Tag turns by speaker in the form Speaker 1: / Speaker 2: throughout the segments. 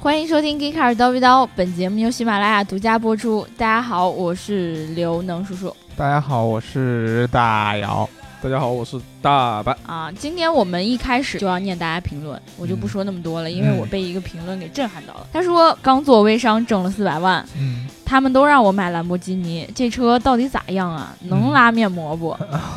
Speaker 1: 欢迎收听《g e e k a r 叨逼叨》，本节目由喜马拉雅独家播出。大家好，我是刘能叔叔
Speaker 2: 大家好，我是大姚。
Speaker 3: 大家好，我是大白。
Speaker 1: 啊。今天我们一开始就要念大家评论，我就不说那么多了，因为
Speaker 2: 嗯
Speaker 1: 我被一个评论给震撼到了。他说刚做微商挣了四百万，
Speaker 2: 嗯，
Speaker 1: 他们都让我买兰博基尼，这车到底咋样啊？能
Speaker 2: 嗯
Speaker 1: 拉面膜不？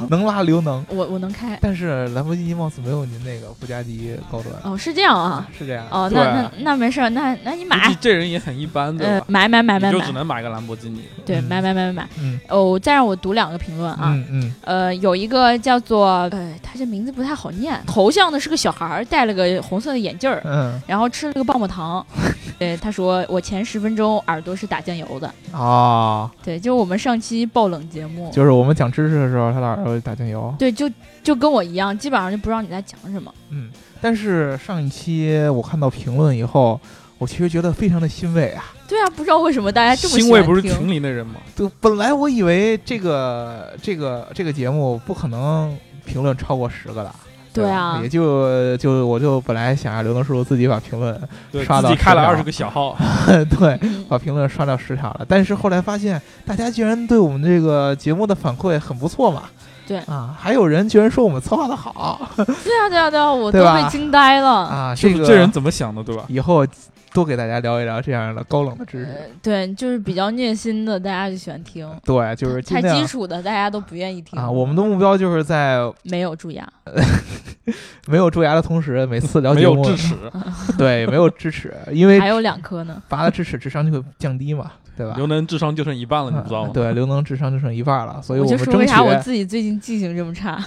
Speaker 2: 能拉刘能，
Speaker 1: 我我能开
Speaker 2: 但是兰博基尼貌似没有您那个布加迪高端，
Speaker 1: 哦，是这样啊。
Speaker 2: 是这样？
Speaker 1: 哦，那
Speaker 3: 对啊
Speaker 1: 那那没事儿，那那你
Speaker 3: 估
Speaker 1: 买
Speaker 3: 计，这人也很一般，对
Speaker 1: 呃
Speaker 3: 吧，？
Speaker 1: 买买买买
Speaker 3: 你就只
Speaker 1: 买，
Speaker 3: 能买个兰博基尼。
Speaker 1: 对，
Speaker 2: 嗯
Speaker 1: 买买买买买。
Speaker 2: 嗯
Speaker 1: 哦，再让我读两个评论啊。
Speaker 2: 嗯嗯，
Speaker 1: 呃，有一个叫做呃，他这名字不太好念，头像呢是个小孩儿，戴了个红色的眼镜儿，
Speaker 2: 嗯
Speaker 1: 然后吃了个棒棒糖。 对，他说我前十分钟耳朵是打酱油的。
Speaker 2: 哦，
Speaker 1: 对，就是我们上期爆冷节目，
Speaker 2: 就是我们讲知识的时候，他的耳朵打酱油。
Speaker 1: 对，就就跟我一样，基本上就不知道你在讲什么。
Speaker 2: 嗯，但是上一期我看到评论以后，我其实觉得非常的欣慰啊。
Speaker 1: 对啊，不知道为什么大家这么
Speaker 3: 欣
Speaker 1: 喜
Speaker 3: 慰
Speaker 1: 欢
Speaker 3: 不是
Speaker 1: 听
Speaker 3: 群里的人吗？
Speaker 2: 就本来我以为这个这个这个节目不可能评论超过十个的。
Speaker 1: 对
Speaker 2: 吧
Speaker 1: 啊
Speaker 2: 也就就我就本来想让刘能叔叔自己把评论
Speaker 3: 对，
Speaker 2: 刷
Speaker 3: 自
Speaker 2: 到
Speaker 3: 己开了
Speaker 2: 十条
Speaker 3: 二十个小 号，
Speaker 2: 对，
Speaker 1: 嗯
Speaker 2: 把评论刷到十场了。但是后来发现，大家居然对我们这个节目的反馈很不错嘛。
Speaker 1: 对
Speaker 2: 啊，还有人居然说我们策划的好
Speaker 1: 对啊，对啊，对啊，我都
Speaker 2: 对
Speaker 1: 被
Speaker 2: 吧
Speaker 1: 惊呆了。
Speaker 2: 啊，
Speaker 3: 是
Speaker 2: 这
Speaker 3: 不是
Speaker 2: 个
Speaker 3: 这人怎么想的，对吧？
Speaker 2: 以后多给大家聊一聊这样的高冷的知识。
Speaker 1: 呃，对，就是比较虐心的，大家就喜欢听；
Speaker 2: 对，就是尽
Speaker 1: 太基
Speaker 2: 量
Speaker 1: 础的，大家都不愿意听
Speaker 2: 啊，我们的目标就是在
Speaker 1: 没有蛀牙。
Speaker 2: 没有蛀牙的同时，每次聊
Speaker 3: 没
Speaker 2: 节
Speaker 3: 有
Speaker 2: 目
Speaker 3: 智 齿，
Speaker 2: 对没有智齿，因为
Speaker 1: 还有两颗呢。
Speaker 2: 拔了智齿智商就会降低嘛，对吧？
Speaker 3: 刘能智商就剩一半了，你
Speaker 2: 啊
Speaker 3: 不知道吗？
Speaker 2: 对，刘能智商就剩一半了，所以
Speaker 1: 我就
Speaker 2: 们
Speaker 1: 说
Speaker 2: 争
Speaker 1: 为
Speaker 2: 取
Speaker 1: 啥我自己最近记性这么差？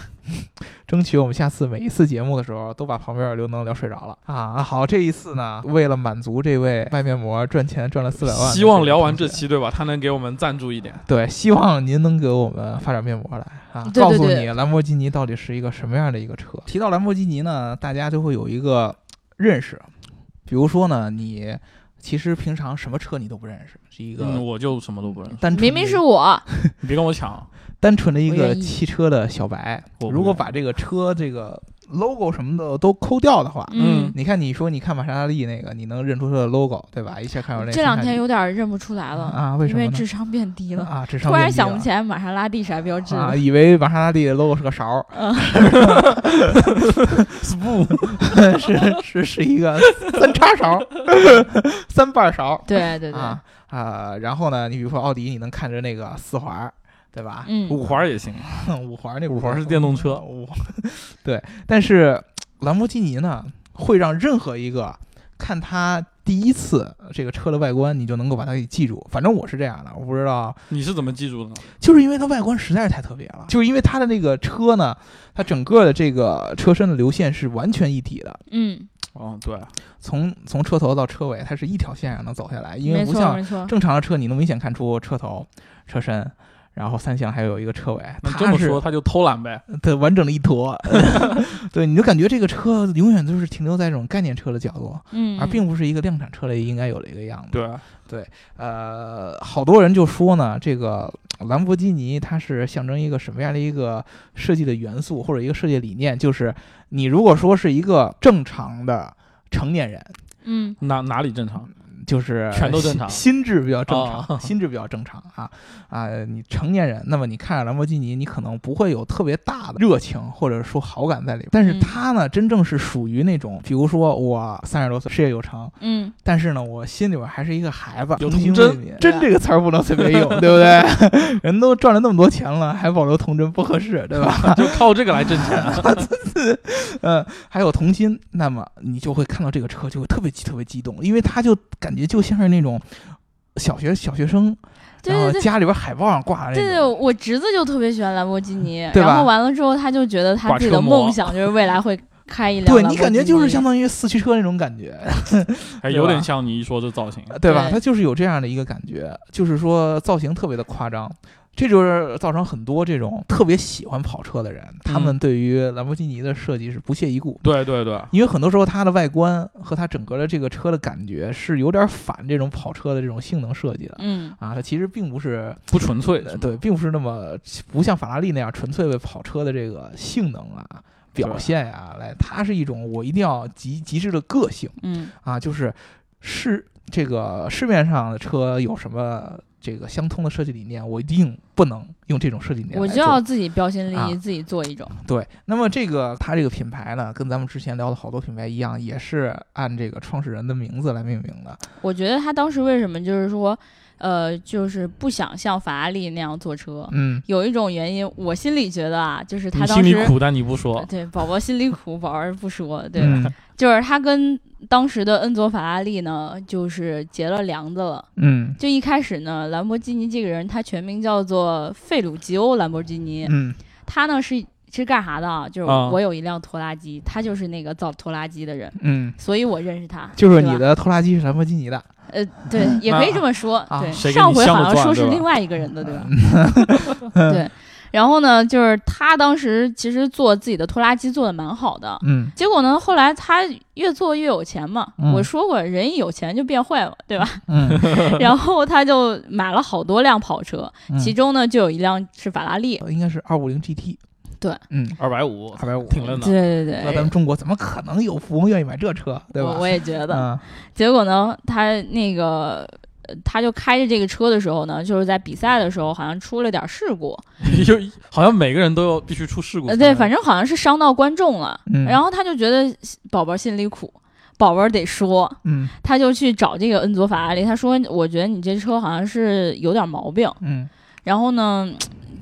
Speaker 2: 争取我们下次每一次节目的时候，都把旁边的刘能聊睡着了啊！好，这一次呢，为了满足这位卖面膜赚钱赚了四百万的位同学，
Speaker 3: 希望聊完这期，对吧？他能给我们赞助一点。
Speaker 2: 对，希望您能给我们发点面膜来啊，
Speaker 1: 对对
Speaker 2: 告诉
Speaker 1: 对
Speaker 2: 你兰博基尼到底是一个什么样的一个车。提到兰博基尼呢，大家就会有一个认识，比如说呢，你其实平常什么车你都不认识，是一个
Speaker 3: 嗯，我就什么都不认识，
Speaker 2: 单纯的
Speaker 1: 明明是我，
Speaker 3: 你别跟我抢。
Speaker 2: 单纯的一
Speaker 1: 我愿
Speaker 2: 个
Speaker 1: 意
Speaker 2: 汽车的小白
Speaker 3: 我。不
Speaker 2: 如果
Speaker 3: 愿意
Speaker 2: 把这个车这个 logo 什么的都抠掉的话，
Speaker 1: 嗯
Speaker 3: 嗯，
Speaker 2: 你看，你说你看玛莎拉蒂那个，你能认出它的 logo 对吧？一下看出来。
Speaker 1: 这两天有点认不出来了，
Speaker 2: 啊？为什
Speaker 1: 因
Speaker 2: 么
Speaker 1: 为
Speaker 2: 呢？
Speaker 1: 智商变低了，
Speaker 2: 啊，智商
Speaker 1: 突然
Speaker 2: 变低
Speaker 1: 想
Speaker 2: 了
Speaker 1: 不起来玛莎拉蒂啥标志了
Speaker 2: 啊，。以为玛莎拉蒂的 logo 是个勺儿，
Speaker 1: 啊
Speaker 3: spoon
Speaker 2: 是是是一个三叉勺儿， 三瓣勺儿
Speaker 1: 对对对，
Speaker 2: 啊啊。然后呢，你比如说奥迪，你能看着那个四环儿，对吧？
Speaker 1: 嗯，
Speaker 3: 五环也行，啊
Speaker 2: 五环儿那
Speaker 3: 五环是电动车
Speaker 2: 五对。但是兰博基尼呢，会让任何一个看它第一次这个车的外观，你就能够把它给记住。反正我是这样的，我不知道。
Speaker 3: 你是怎么记住的呢？
Speaker 2: 就是因为它外观实在是太特别了，就是因为它的那个车呢，它整个的这个车身的流线是完全一体的，
Speaker 1: 嗯，
Speaker 3: 哦，对，
Speaker 2: 从从车头到车尾，它是一条线上能走下来，因为
Speaker 1: 没
Speaker 2: 不
Speaker 1: 错
Speaker 2: 像
Speaker 1: 没错，
Speaker 2: 正常的车，你能明显看出车头、车身，然后三厢还有一个车尾，
Speaker 3: 那
Speaker 2: 它
Speaker 3: 这么
Speaker 2: 是嗯
Speaker 3: 说他就偷懒呗。
Speaker 2: 它完整的一坨， 对，你就感觉这个车永远都是停留在这种概念车的角度，
Speaker 1: 嗯，
Speaker 2: 而啊并不是一个量产车类应该有的一个样子。
Speaker 3: 对，啊
Speaker 2: 呃，好多人就说呢，这个兰博基尼它是象征一个什么样的一个设计的元素或者一个设计理念？就是你如果说是一个正常的成年人，
Speaker 1: 嗯
Speaker 3: 哪哪里正常？
Speaker 2: 就是
Speaker 3: 全都正
Speaker 2: 心
Speaker 3: 常
Speaker 2: 心智比较正常，
Speaker 3: 哦
Speaker 2: 心智比较正常啊啊、你成年人，那么你看着兰博基尼，你可能不会有特别大的热情或者说好感在里边。但是
Speaker 1: 嗯
Speaker 2: 它呢，真正是属于那种，比如说我三十多岁，事业有成，
Speaker 1: 嗯，
Speaker 2: 但是呢，我心里边还是一个孩子，
Speaker 3: 有
Speaker 2: 童
Speaker 3: 童真
Speaker 2: 未泯真这个词儿不能随便 用，对不对？ 人都赚了那么多钱了，还保留童真不合适，对吧？
Speaker 3: 就靠这个来挣钱。啊
Speaker 2: 嗯，还有童心，那么你就会看到这个车就会特别激特别激动，因为它就感觉就像是那种小学小学生，
Speaker 1: 对
Speaker 2: 然
Speaker 1: 对
Speaker 2: 后
Speaker 1: 对。
Speaker 2: 家里边海报上挂着
Speaker 1: 对
Speaker 2: 那
Speaker 1: 对，
Speaker 2: 种。
Speaker 1: 我侄子就特别喜欢兰博基尼，
Speaker 2: 对吧
Speaker 1: 然后完了之后，他就觉得他
Speaker 3: 挂
Speaker 1: 自己
Speaker 3: 车
Speaker 1: 的
Speaker 3: 模
Speaker 1: 梦想就是未来会开一辆
Speaker 2: 对
Speaker 1: 兰
Speaker 2: 你
Speaker 1: 博
Speaker 2: 感觉
Speaker 1: 基
Speaker 2: 就是
Speaker 1: 尼
Speaker 2: 相当于四驱车那种感觉，
Speaker 3: 还
Speaker 2: 对
Speaker 3: 哎有点
Speaker 2: 吧
Speaker 3: 像你一说这造型，
Speaker 2: 对吧？
Speaker 1: 对
Speaker 2: 它就是有这样的一个感觉，就是说造型特别的夸张，这就是造成很多这种特别喜欢跑车的人，他
Speaker 1: 嗯
Speaker 2: 们对于兰博基尼的设计是不屑一顾。
Speaker 3: 对对对，
Speaker 2: 因为很多时候它的外观和它整个的这个车的感觉是有点反这种跑车的这种性能设计的
Speaker 1: 嗯，
Speaker 2: 啊，它其实并不是
Speaker 3: 不纯粹
Speaker 2: 呃
Speaker 3: 是吗
Speaker 2: 对，并不是那么不像法拉利那样纯粹为跑车的这个性能啊、表现啊来，它是一种我一定要极极致的个性
Speaker 1: 嗯
Speaker 2: 啊，就是市这个市面上的车有什么这个相通的设计理念，我一定不能用这种设计理念
Speaker 1: 我
Speaker 2: 来
Speaker 1: 就
Speaker 2: 做
Speaker 1: 要自己标新立异，
Speaker 2: 啊
Speaker 1: 自己做一种。
Speaker 2: 对，那么这个它这个品牌呢，跟咱们之前聊的好多品牌一样，也是按这个创始人的名字来命名的。
Speaker 1: 我觉得他当时为什么就是说，呃，就是不想像法拉利那样坐车，
Speaker 2: 嗯，
Speaker 1: 有一种原因，我心里觉得啊，就是他
Speaker 3: 你
Speaker 1: 当
Speaker 3: 心里
Speaker 1: 时
Speaker 3: 苦，但你不说，
Speaker 1: 对宝宝心里苦，宝儿不说，对，
Speaker 2: 嗯
Speaker 1: 就是他跟当时的恩佐法拉利呢，就是结了梁子了。
Speaker 2: 嗯
Speaker 1: 就一开始呢，兰博基尼这个人，他全名叫做费鲁吉欧·兰博基尼，
Speaker 2: 嗯
Speaker 1: 他呢是是干啥的啊？就是
Speaker 3: 啊
Speaker 1: 我有一辆拖拉机，他就是那个造拖拉机的人，
Speaker 2: 嗯，
Speaker 1: 所以我认识他。
Speaker 2: 就是
Speaker 1: 对吧
Speaker 2: 你的拖拉机是兰博基尼的，
Speaker 1: 呃，对，也可以这么说。
Speaker 2: 啊
Speaker 1: 对，
Speaker 3: 谁给
Speaker 1: 上
Speaker 3: 你
Speaker 1: 回
Speaker 3: 镶
Speaker 1: 好像
Speaker 3: 了钻
Speaker 1: 说
Speaker 3: 对
Speaker 1: 是
Speaker 3: 吧
Speaker 1: 另外一个人的，对吧？ 对。然后呢，就是他当时其实做自己的拖拉机做的蛮好的，
Speaker 2: 嗯
Speaker 1: 结果呢，后来他越做越有钱嘛。
Speaker 2: 嗯
Speaker 1: 我说过，人一有钱就变坏了，对吧？
Speaker 2: 嗯，
Speaker 1: 然后他就买了好多辆跑车，其中呢就有一辆是法拉利。
Speaker 2: 嗯应该是二五零 GT。
Speaker 1: 对，
Speaker 2: 嗯，
Speaker 3: 二百五
Speaker 2: 二百五，
Speaker 3: 挺愣的，
Speaker 1: 对对
Speaker 2: 那咱
Speaker 1: 对。
Speaker 2: 们中国怎么可能有富翁愿意买这车，对吧？
Speaker 1: 我我也觉得，
Speaker 2: 嗯
Speaker 1: 结果呢，他那个呃他就开着这个车的时候呢，就是在比赛的时候好像出了点事故，
Speaker 3: 就好像每个人都要必须出事故才
Speaker 1: 呃，
Speaker 3: 能。
Speaker 1: 对，反正好像是伤到观众了，
Speaker 2: 嗯
Speaker 1: 然后他就觉得宝宝心里苦。宝宝得说，
Speaker 2: 嗯
Speaker 1: 他就去找这个恩佐法拉利。他说：“我觉得你这车好像是有点毛病，
Speaker 2: 嗯
Speaker 1: 然后呢，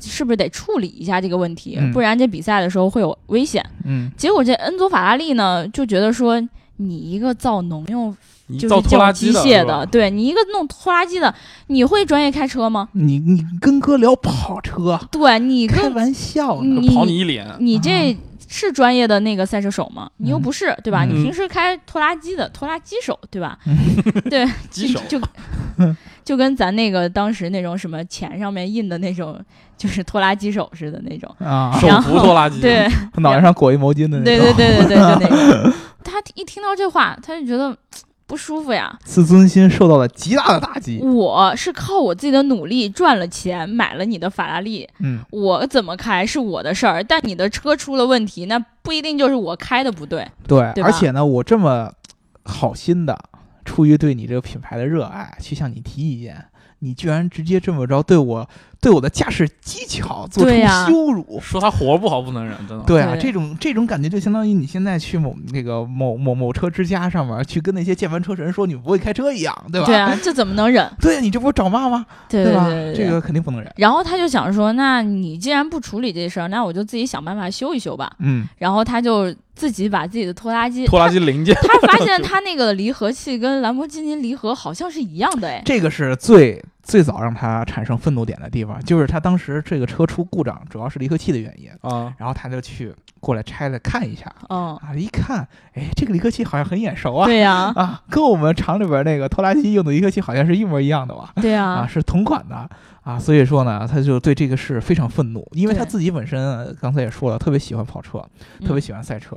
Speaker 1: 是不是得处理一下这个问题？
Speaker 2: 嗯
Speaker 1: 不然这比赛的时候会有危险。”
Speaker 2: 嗯
Speaker 1: 结果这恩佐法拉利呢，就觉得说你一个造农用
Speaker 3: 你
Speaker 1: 就是
Speaker 3: 造
Speaker 1: 这
Speaker 3: 拖拉
Speaker 1: 种
Speaker 3: 机
Speaker 1: 机械
Speaker 3: 是吧
Speaker 1: 的，对你一个弄拖拉机的，你会专业开车吗？
Speaker 2: 你你跟哥聊跑车，
Speaker 1: 对你
Speaker 2: 开
Speaker 1: 跟
Speaker 2: 玩笑呢？
Speaker 1: 你
Speaker 3: 跑你一脸，
Speaker 1: 你这是专业的那个赛车手吗？你又不是，对吧？
Speaker 2: 啊嗯
Speaker 1: 你平时开拖拉机的，拖拉机手，对吧？
Speaker 3: 鸡手
Speaker 1: 就就就跟咱那个当时那种什么钱上面印的那种，就是拖拉机手似的那种。
Speaker 2: 啊，
Speaker 3: 手
Speaker 1: 然
Speaker 3: 扶拖拉机，
Speaker 1: 对
Speaker 2: 脑袋上裹一毛巾的那
Speaker 1: 对
Speaker 2: 种
Speaker 1: 对对对对，就那 个。他一听到这话，他就觉得不舒服呀。
Speaker 2: 自尊心受到了极大的打击。
Speaker 1: 我是靠我自己的努力赚了钱，买了你的法拉利，
Speaker 2: 嗯
Speaker 1: 我怎么开是我的事儿，但你的车出了问题，那不一定就是我开的不对。
Speaker 2: 对，
Speaker 1: 对吧
Speaker 2: 而且呢，我这么好心的，出于对你这个品牌的热爱，去向你提意见，你居然直接这么着对我对我的驾驶技巧做出
Speaker 1: 对呀
Speaker 2: 羞辱。
Speaker 3: 说他活不好不能忍，真的。
Speaker 2: 对啊，
Speaker 1: 对
Speaker 2: 这种这种感觉就相当于你现在去某那个某某某车之家上面去跟那些键盘车神说你不会开车一样，对吧？
Speaker 1: 对啊，这怎么能 忍？
Speaker 2: 对啊你这不是找骂吗？
Speaker 1: 对对
Speaker 2: 吧？
Speaker 1: 对对
Speaker 2: 这个肯定不能忍。
Speaker 1: 然后他就想说，那你既然不处理这事儿，那我就自己想办法修一修吧。
Speaker 2: 嗯
Speaker 1: 然后他就自己把自己的拖拉机，
Speaker 3: 拖拉机零件，
Speaker 1: 他他发现他那个离合器跟兰博基尼离合好像是一样的哎。
Speaker 2: 这个是最最早让他产生愤怒点的地方，就是他当时这个车出故障，主要是离合器的原因，
Speaker 3: 啊，
Speaker 2: 然后他就去过来拆了看一下
Speaker 1: 嗯，
Speaker 2: 啊，一看，哎，这个离合器好像很眼熟啊。
Speaker 1: 对呀、
Speaker 2: 啊，跟我们厂里边那个拖拉机用的离合器好像是一模一样的吧？
Speaker 1: 对呀、
Speaker 2: 啊，是同款的啊，所以说呢，他就对这个事非常愤怒，因为他
Speaker 1: 对
Speaker 2: 自己本身呃刚才也说了，特别喜欢跑车，
Speaker 1: 嗯
Speaker 2: 特别喜欢赛车，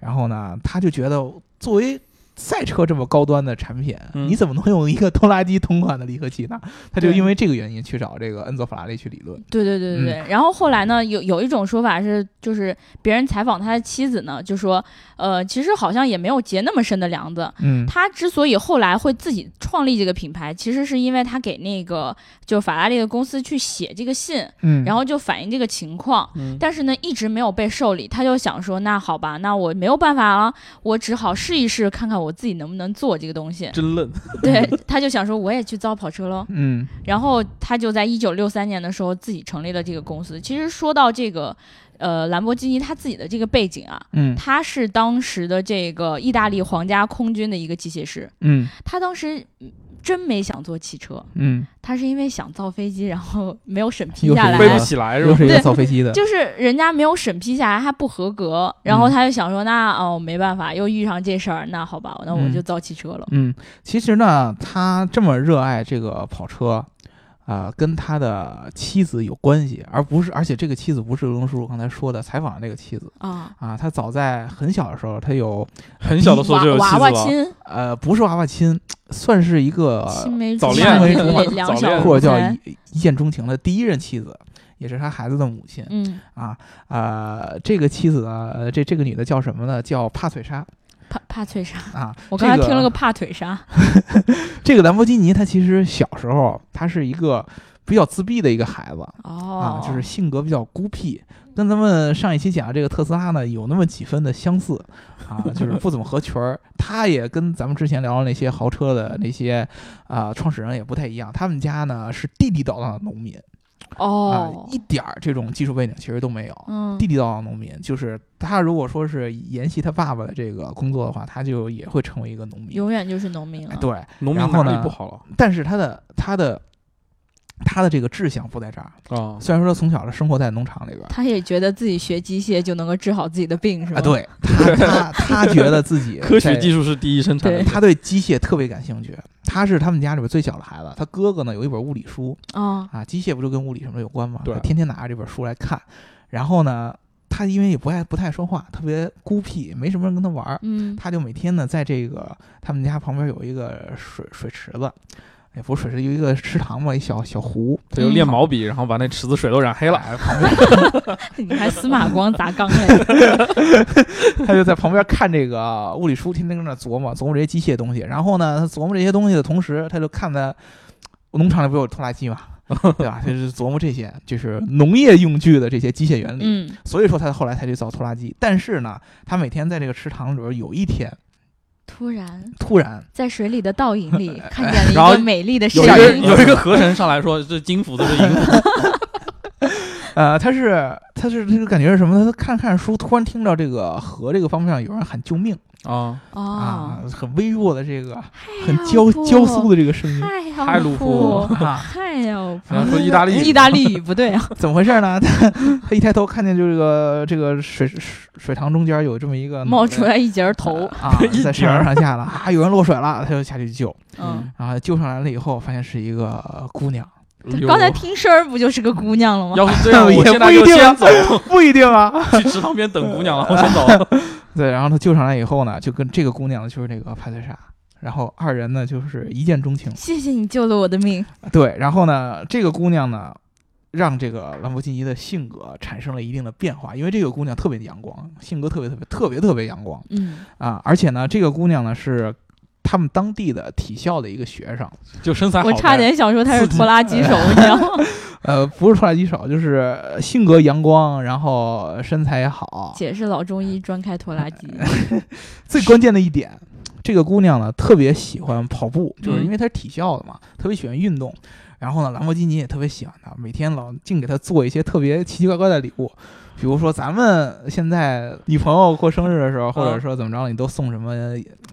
Speaker 2: 然后呢，他就觉得作为赛车这么高端的产品，
Speaker 3: 嗯
Speaker 2: 你怎么能用一个拖拉机同款的离合器呢？他就
Speaker 1: 对
Speaker 2: 因为这个原因去找这个恩佐法拉利去理论。
Speaker 1: 对对对对对。然后后来呢，有有一种说法是，就是别人采访他的妻子呢，就说，呃，其实好像也没有结那么深的梁子。
Speaker 2: 嗯
Speaker 1: 他之所以后来会自己创立这个品牌，其实是因为他给那个就法拉利的公司去写这个信，
Speaker 2: 嗯
Speaker 1: 然后就反映这个情况。
Speaker 3: 嗯，。
Speaker 1: 但是呢，一直没有被受理，他就想说，那好吧，那我没有办法了，我只好试一试，看看我自己能不能做这个东 西
Speaker 3: 真愣，
Speaker 1: 对，他就想说，我也去造跑车喽。
Speaker 2: 嗯
Speaker 1: 然后他就在一九六三年的时候自己成立了这个公司。其实说到这个，呃，兰博基尼他自己的这个背景啊，
Speaker 2: 嗯
Speaker 1: 他是当时的这个意大利皇家空军的一个机械师。
Speaker 2: 嗯
Speaker 1: 他当时嗯真没想做汽车，
Speaker 2: 嗯，
Speaker 1: 他是因为想造飞机，然后没有审批
Speaker 2: 又是
Speaker 1: 下
Speaker 2: 一
Speaker 1: 来
Speaker 2: 个
Speaker 3: 飞。不起来是
Speaker 2: 又
Speaker 3: 吧？
Speaker 2: 是一个
Speaker 1: 对
Speaker 2: 造飞机的，嗯
Speaker 1: 就是人家没有审批下来，他不合格，然后他就想说，那哦没办法，又遇上这事儿，那好吧，那我
Speaker 2: 嗯
Speaker 1: 就造汽车了。
Speaker 2: 嗯，其实呢，他这么热爱这个跑车，啊、跟他的妻子有关系，而不是，而且这个妻子不是龙叔叔刚才说的采访的那个妻子
Speaker 1: 啊，
Speaker 2: 啊，他早在很小的时候，他有
Speaker 3: 很小的时候
Speaker 1: 娃
Speaker 3: 就有妻
Speaker 1: 娃
Speaker 3: 子
Speaker 1: 娃
Speaker 3: 了，
Speaker 1: 亲
Speaker 2: 呃，不是娃娃亲，算是一个
Speaker 1: 青梅
Speaker 3: 早
Speaker 1: 竹
Speaker 2: 恋
Speaker 1: 马
Speaker 2: 嘛
Speaker 1: 对
Speaker 2: 早
Speaker 1: 对两
Speaker 3: 恋
Speaker 1: 小
Speaker 3: 嘛
Speaker 2: 或者叫
Speaker 1: 才
Speaker 2: 一一见钟情的第一任妻子，也是他孩子的母亲
Speaker 1: 嗯
Speaker 2: 啊，呃，这个妻子呢，呃这这个女的叫什么呢？叫帕翠莎
Speaker 1: 怕怕腿刹。
Speaker 2: 啊。
Speaker 1: 我刚才
Speaker 2: 这
Speaker 1: 听了个怕腿刹，
Speaker 2: 这个兰博基尼，他其实小时候他是一个比较自闭的一个孩子
Speaker 1: 哦
Speaker 2: 啊，，就是性格比较孤僻，跟咱们上一期讲的这个特斯拉呢有那么几分的相似啊，就是不怎么合群儿。他也跟咱们之前聊的那些豪车的那些啊、创始人也不太一样，他们家呢是地地道道的农民啊
Speaker 1: 哦，，
Speaker 2: 一点儿这种技术背景其实都没有。
Speaker 1: 嗯
Speaker 2: 地地道道的农民，就是他如果说是沿袭他爸爸的这个工作的话，他就也会成为一个农民。
Speaker 1: 永远就是农民
Speaker 2: 哎
Speaker 1: 了。
Speaker 2: 对，
Speaker 3: 农民
Speaker 2: 然后
Speaker 3: 哪
Speaker 2: 呢
Speaker 3: 里不好了
Speaker 2: 但是他的他的他的这个志向不在这儿。
Speaker 3: 啊？
Speaker 2: 虽然说他从小是生活在农场里边儿，
Speaker 1: 他也觉得自己学机械就能够治好自己的病，是吗？
Speaker 2: 啊，，对他他他觉得自己
Speaker 3: 科学技
Speaker 2: 术，
Speaker 3: 术是第一生产
Speaker 1: 对
Speaker 3: 力，
Speaker 2: 他对机械特别感兴趣。他是他们家里边最小的孩子，他哥哥呢有一本物理书
Speaker 1: 哦，
Speaker 2: 啊，机械不就跟物理什么的有关吗？
Speaker 3: 对
Speaker 2: 他天天拿着这本书来看。然后呢，他因为也不爱不太说话，特别孤僻，没什么人跟他玩儿，
Speaker 1: 嗯，
Speaker 2: 他就每天呢在这个他们家旁边有一个水水池子，也不是水池，有一个池塘嘛，一小小湖，
Speaker 1: 嗯
Speaker 3: 他就练毛笔，然后把那池子水都染黑了。
Speaker 2: 哎旁边
Speaker 1: 你还司马光砸缸 嘞？
Speaker 2: 他就在旁边看这个啊物理书，天天跟那琢磨琢磨这些机械东西。然后呢，他琢磨这些东西的同时，他就看他农场里不有拖拉机嘛，对吧？就是琢磨这些，就是农业用具的这些机械原理。
Speaker 1: 嗯，
Speaker 2: 所以说他后来才去造拖拉机。但是呢，他每天在这个池塘里边，有一天
Speaker 1: 突然
Speaker 2: 突然
Speaker 1: 在水里的倒影 里看见
Speaker 3: 然
Speaker 1: 了
Speaker 3: 后
Speaker 1: 一个美丽的身
Speaker 3: 有一个
Speaker 1: 影，
Speaker 3: 有一个河神上来说，这金斧子是银斧，
Speaker 2: 呃，他是他是他就感觉是什么？他看看书，突然听到这个河这个方向有人喊救命
Speaker 3: 啊，
Speaker 2: 啊
Speaker 1: 哦，，
Speaker 2: 很微弱的这个
Speaker 1: 太
Speaker 2: 很
Speaker 1: 要
Speaker 2: 娇
Speaker 1: 不
Speaker 2: 娇酥，的这个声音
Speaker 1: 太要
Speaker 3: 太鲁
Speaker 1: 不
Speaker 3: 夫，
Speaker 2: 啊，
Speaker 1: 太要不
Speaker 3: 然后说意大利
Speaker 1: 意大利语不对啊，
Speaker 2: 怎么回事呢？ 他他一抬头看见这个这个水水水塘中间有这么一
Speaker 3: 嗯
Speaker 2: 个
Speaker 1: 冒出来一截儿 头，
Speaker 2: 啊
Speaker 3: 一，
Speaker 2: 在
Speaker 3: 截
Speaker 2: 上
Speaker 3: 儿
Speaker 2: 上上下了啊，有人落水了，他就下去救，
Speaker 1: 嗯。
Speaker 2: 然后救上来了以后，发现是一个呃姑娘，
Speaker 3: 有
Speaker 1: 刚才听声儿不就是个姑娘了吗？
Speaker 3: 要是这样，
Speaker 2: 也
Speaker 3: 我现在
Speaker 2: 不一
Speaker 3: 就
Speaker 2: 定啊
Speaker 3: 先走，
Speaker 2: 不一定啊。
Speaker 3: 去池塘边等姑娘了，我先走。
Speaker 2: 对，然后他救上来以后呢，就跟这个姑娘就是那个帕特莎。然后二人呢，就是一见钟情。
Speaker 1: 谢谢你救了我的命，
Speaker 2: 对，然后呢，这个姑娘呢，让这个兰博基尼的性格产生了一定的变化，因为这个姑娘特别阳光，性格特别特别特别特别阳光。
Speaker 1: 嗯，
Speaker 2: 啊，而且呢，这个姑娘呢是他们当地的体校的一个学生，
Speaker 3: 就身材好，
Speaker 1: 我差点想说她 是拖拉机手，你知道吗？
Speaker 2: 呃，不是拖拉机手，就是呃性格阳光，然后身材也好。
Speaker 1: 姐是老中医，专开拖拉 机，
Speaker 2: 最关键的一点，这个姑娘呢特别喜欢跑步，就是
Speaker 3: 嗯
Speaker 2: 因为她是体校的嘛，特别喜欢运动。然后呢，兰博基尼也特别喜欢她，每天老净给她做一些特别奇奇怪怪的礼物，比如说咱们现在女朋友过生日的时候，或者说怎么着，你都送什么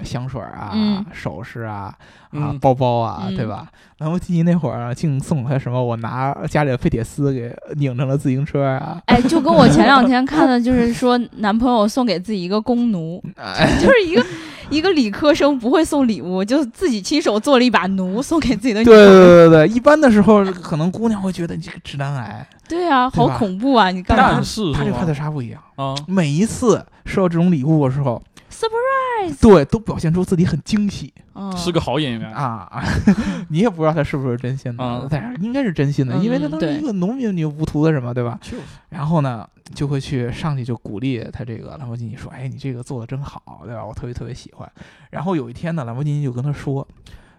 Speaker 2: 香水啊、
Speaker 1: 嗯
Speaker 2: 首饰啊、啊
Speaker 3: 嗯，
Speaker 2: 包包啊，
Speaker 1: 嗯
Speaker 2: 对吧？兰博基尼那会儿啊，净送他什么，我拿家里的废铁丝给拧成了自行车啊，
Speaker 1: 哎，就跟我前两天看的，就是说男朋友送给自己一个弓弩，
Speaker 2: 哎，
Speaker 1: 就是一个一个理科生不会送礼物，就自己亲手做了一把弩送给自己的
Speaker 2: 对
Speaker 1: 女朋友。
Speaker 2: 对对对，一般的时候可能姑娘会觉得你这个直男癌，
Speaker 1: 对啊，
Speaker 2: 对
Speaker 1: 好
Speaker 2: 吧
Speaker 1: 恐怖啊！你干嘛
Speaker 3: 但是
Speaker 2: 他
Speaker 3: 是
Speaker 2: 这帕特
Speaker 3: 吗？
Speaker 2: 莎不一样，
Speaker 3: 啊，
Speaker 2: 每一次收到这种礼物的时候，
Speaker 1: ？surprise，
Speaker 2: 对，都表现出自己很惊喜
Speaker 1: 嗯，
Speaker 3: 是个好演员，
Speaker 2: 啊， 你也不知道他是不是真心的
Speaker 3: 哎嗯，
Speaker 2: 但是应该是真心的，因为他
Speaker 1: 嗯
Speaker 2: 当
Speaker 1: 对
Speaker 2: 时一个农民，你无图的什么，对吧？
Speaker 3: 就是
Speaker 2: 然后呢，就会去上去就鼓励他这个兰博基尼说：“哎，你这个做的真好，对吧？我特别特别喜欢。”然后有一天呢，兰博基尼就跟他说，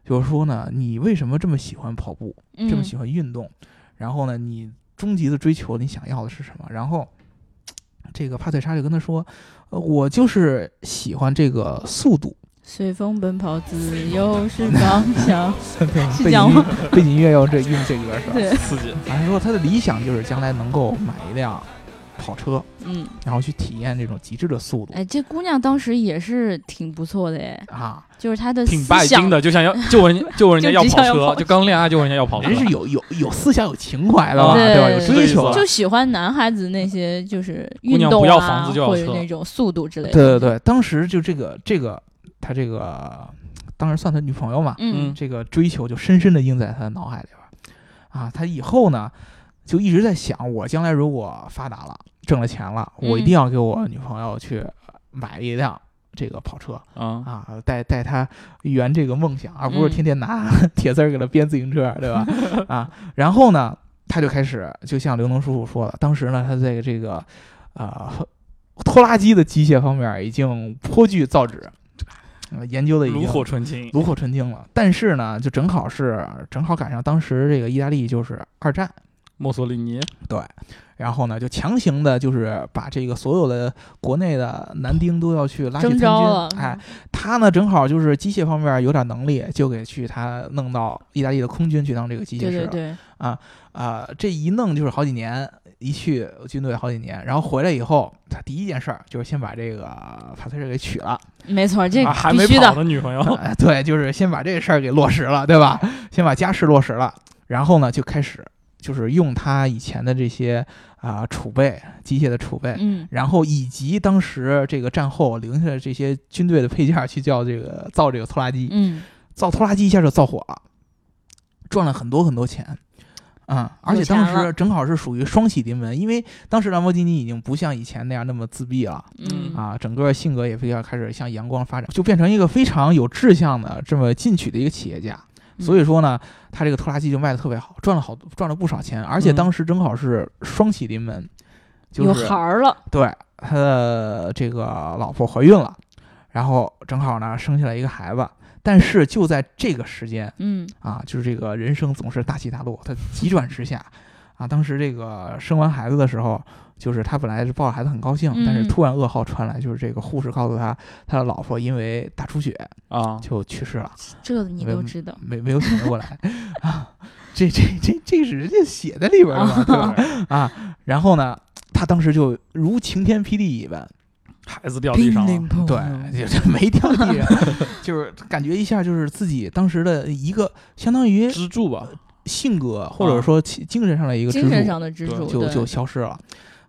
Speaker 2: 就是说呢，你为什么这么喜欢跑步，
Speaker 1: 嗯
Speaker 2: 这么喜欢运动？然后呢，你终极的追求，你想要的是什么？然后这个帕特莎就跟他说：“呃，我就是喜欢这个速 度。
Speaker 1: 随风奔跑，自由是方向。
Speaker 2: 对吧”
Speaker 1: 是这
Speaker 2: 背
Speaker 1: 样
Speaker 2: 景
Speaker 1: 吗
Speaker 2: 音背景音乐要这用这歌是吧？
Speaker 1: 对，
Speaker 3: 刺激，
Speaker 2: 反正说他的理想就是将来能够买一辆跑车，
Speaker 1: 嗯，
Speaker 2: 然后去体验这种极致的速度。
Speaker 1: 哎，这姑娘当时也是挺不错的，哎，
Speaker 2: 啊，
Speaker 1: 就是她的
Speaker 3: 挺
Speaker 1: 思
Speaker 3: 拜金
Speaker 1: 想，
Speaker 3: 的，就想要就人就人家要
Speaker 1: 就只
Speaker 3: 跑
Speaker 1: 想要跑
Speaker 3: 车，
Speaker 1: 车
Speaker 3: 就刚恋爱就人家要跑车，
Speaker 2: 人是有有有思想、有情怀的嘛，
Speaker 1: 对
Speaker 2: 对吧？有追求的。
Speaker 1: 就喜欢男孩子那些就是运
Speaker 3: 姑娘
Speaker 1: 动
Speaker 3: 不要
Speaker 1: 啊
Speaker 3: 房，子就要
Speaker 1: 或者
Speaker 3: 车
Speaker 1: 那种速度之类的。
Speaker 2: 对对，对，当时就这个这个他这个当时算他女朋友嘛，
Speaker 1: 嗯
Speaker 3: 嗯
Speaker 2: 这个追求就深深的印在他的脑海里边儿啊。他以后呢，就一直在想，我将来如果发达了，挣了钱了，我一
Speaker 1: 嗯
Speaker 2: 定要给我女朋友去买一辆。这个跑车
Speaker 3: 啊，
Speaker 2: 啊，带带她圆这个梦想，而不是
Speaker 1: 嗯
Speaker 2: 天天拿 铁丝儿给她编自行车，对 吧？啊，然后呢，他就开始，就像刘能叔叔说的，当时呢，他在啊这个呃拖拉机的机械方面已经颇具造诣呃研究的已经
Speaker 3: 炉火纯青，
Speaker 2: 炉火纯青了。但是呢，就正好是正好赶上当时这个意大利就是二战，
Speaker 3: 墨索里尼
Speaker 2: 然后呢就强行的就是把这个所有的国内的男丁都要去拉去
Speaker 1: 征
Speaker 2: 参军
Speaker 1: 召了，，嗯
Speaker 2: 哎，他呢正好就是机械方面有点能力，就给去他弄到意大利的空军去当这个机械
Speaker 1: 对
Speaker 2: 师
Speaker 1: 对
Speaker 2: 了
Speaker 1: 对，
Speaker 2: 啊、这一弄就是好几年，一去军队好几年，然后回来以后，他第一件事儿就是先把这个帕特瑞给娶了。
Speaker 1: 没错，这
Speaker 3: 啊还没
Speaker 1: 必须
Speaker 3: 跑
Speaker 1: 的，
Speaker 3: 的女 朋友，
Speaker 2: 哎，对，就是先把这事儿给落实了，对吧？先把家事落实了，然后呢，就开始就是用他以前的这些啊、储备，机械的储备，
Speaker 1: 嗯，
Speaker 2: 然后以及当时这个战后留下的这些军队的配件儿去叫这个造这个拖拉机，
Speaker 1: 嗯，
Speaker 2: 造拖拉机一下就造火了，赚了很多很多钱。嗯，而且
Speaker 1: 有钱
Speaker 2: 当时
Speaker 1: 了
Speaker 2: 正好是属于双喜临门，因为当时兰博基尼已经不像以前那样那么自闭了，
Speaker 1: 嗯
Speaker 2: 啊，整个性格也比较开始向阳光发展，就变成一个非常有志向的这么进取的一个企业家。
Speaker 1: 嗯
Speaker 2: 所以说呢，他这个拖拉机就卖的特别好，赚了好赚了不少钱，而且
Speaker 3: 嗯
Speaker 2: 当时正好是双喜临门，就
Speaker 1: 有
Speaker 2: 是
Speaker 1: 孩儿了，
Speaker 2: 对他的这个老婆怀孕了，然后正好呢生下来一个孩子，但是就在这个时间
Speaker 1: 嗯，
Speaker 2: 啊，就是这个人生总是大起大落，他急转直下啊。当时这个生完孩子的时候，就是他本来是抱着孩子很高兴，但是
Speaker 1: 嗯
Speaker 2: 突然噩耗传来，就是这个护士告诉他，他的老婆因为大出血
Speaker 3: 啊，
Speaker 2: 就去世了，
Speaker 1: 这个你
Speaker 2: 没
Speaker 1: 都知道，
Speaker 2: 没没有醒过来 啊。这这这这是人家写在里边的 嘛，对 吧？啊，然后呢，他当时就如晴天霹雳一般，
Speaker 1: 哦
Speaker 3: 孩子掉地上啊了，
Speaker 1: 砰
Speaker 2: 对，就是没掉地上， 就是感觉一下就是自己当时的一个相当于
Speaker 3: 支柱吧，
Speaker 2: 性格或者说其精神上的一个支
Speaker 1: 哦精神
Speaker 2: 柱
Speaker 1: 上的支
Speaker 3: 对
Speaker 1: 柱，
Speaker 2: 就
Speaker 1: 对
Speaker 2: 就消失了。